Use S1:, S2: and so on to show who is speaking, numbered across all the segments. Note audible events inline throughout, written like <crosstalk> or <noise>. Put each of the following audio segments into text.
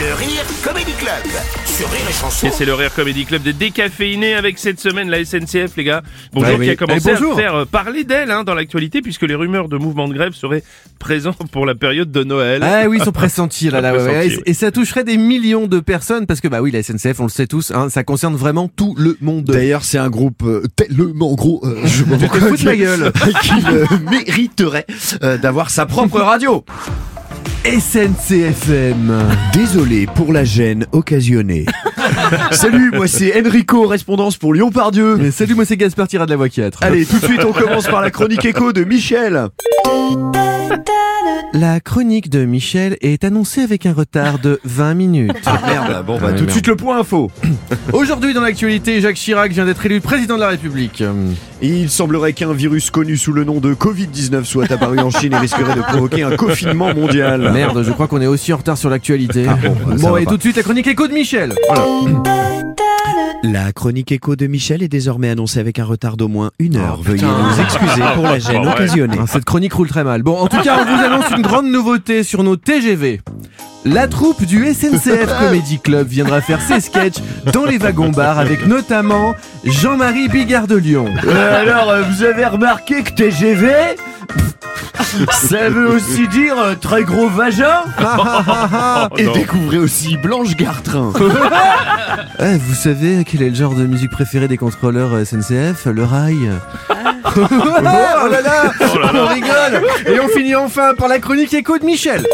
S1: Le Rire Comedy Club sur Rire et Chanson.
S2: Et c'est le Rire Comedy Club des décaféinés avec cette semaine la SNCF, les gars. Bonjour,
S3: Ouais,
S2: qui a
S3: oui.
S2: commencé
S3: Eh, bonjour.
S2: à faire euh, parler d'elle hein, dans l'actualité puisque les rumeurs de mouvements de grève seraient présents pour la période de Noël.
S3: Ah oui, ils sont pressentis là, là, ouais, ouais.
S2: Pressentis, oui.
S3: Et, et ça toucherait des millions de personnes parce que bah oui, la SNCF, on le sait tous, hein, ça concerne vraiment tout le monde.
S4: D'ailleurs, c'est un groupe euh, tellement gros, euh, je me rends
S3: te
S4: compte
S3: fous de ma
S4: que-
S3: gueule.
S4: <laughs> qu'il euh, mériterait euh, d'avoir sa propre radio.
S3: SNCFM.
S4: Désolé pour la gêne occasionnée. <laughs> Salut, moi c'est Enrico, respondance pour Lyon Pardieu.
S3: Mais salut, moi c'est Gaspard Tira de la Voix 4.
S4: Allez, tout de suite, on commence par la chronique écho de Michel.
S3: La chronique de Michel est annoncée avec un retard de
S4: <laughs>
S3: 20 minutes.
S4: Merde, bon bah
S3: Ouais,
S4: tout de
S3: Ah, merde.
S4: suite le point info.
S3: Aujourd'hui dans l'actualité, Jacques Chirac vient d'être élu président de la République.
S4: Il semblerait qu'un virus connu sous le nom de Covid-19 soit apparu en Chine et risquerait de provoquer un confinement mondial.
S3: Merde, je crois qu'on est aussi en retard sur l'actualité.
S4: Ah, bon, ça
S3: bon
S4: va
S3: et
S4: pas. Oh
S3: tout de suite la chronique écho de Michel.
S4: La chronique écho de Michel est désormais annoncée avec un retard d'au moins une heure. Veuillez
S3: putain.
S4: nous excuser pour la
S2: Pas
S4: gêne
S2: vrai.
S4: occasionnée.
S3: Ah, cette chronique roule très mal. Bon, en tout cas, on vous annonce une grande nouveauté sur nos TGV. La troupe du
S4: <laughs>
S3: SNCF Comedy Club viendra faire ses sketchs dans les wagons-bars avec notamment Jean-Marie Bigard de Lyon.
S4: Euh, alors, euh, vous avez remarqué que TGV ça veut aussi dire euh, très gros vagin
S2: Et non.
S4: découvrez aussi Blanche <laughs> Gartrin.
S3: Eh, vous savez quel est le genre de musique préférée des contrôleurs euh, SNCF Le rail. <laughs> oh là là, On rigole Et on finit enfin par la chronique écho de Michel.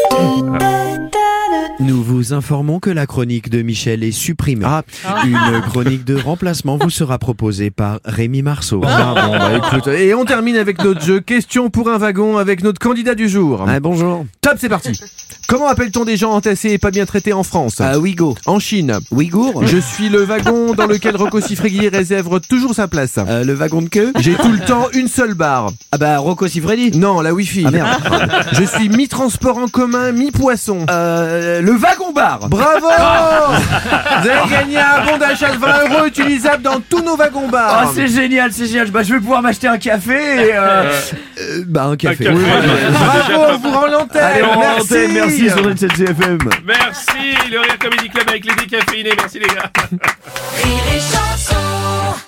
S4: Nous vous informons que la chronique de Michel est supprimée.
S3: Ah.
S4: Une chronique de remplacement vous sera proposée par Rémi Marceau.
S3: Ah, bon, bah, écoute, et on termine avec notre jeu Question pour un wagon avec notre candidat du jour.
S4: Ah, bonjour.
S3: Top, c'est parti. Comment appelle-t-on des gens entassés et pas bien traités en France
S4: Wigo.
S3: En Chine.
S4: Euh, Ouïghour
S3: Je suis le wagon dans lequel Rocco Siffredi réserve toujours sa place.
S4: Euh, Le wagon de queue
S3: J'ai tout le temps une seule barre.
S4: Ah bah Rocco Siffredi.
S3: Non, la Wi-Fi.
S4: Ah merde.
S3: <laughs> Je suis mi-transport en commun, mi-poisson.
S4: Euh, le wagon bar. <laughs>
S3: Bravo Vous avez gagné un bon d'achat de 20 euros utilisable dans tous nos wagons
S5: Ah,
S3: bars.
S5: c'est génial, c'est génial. Bah, je vais pouvoir m'acheter un café et. euh,
S4: bah un café.
S2: Un café.
S3: Bravo, on vous rend l'antenne.
S5: Allez, on rend
S3: Merci.
S5: l'antenne, merci,
S4: sur CFM.
S2: Merci, le Rire Comedy Club avec les décaféinés. Merci les gars.
S6: Rire et chanson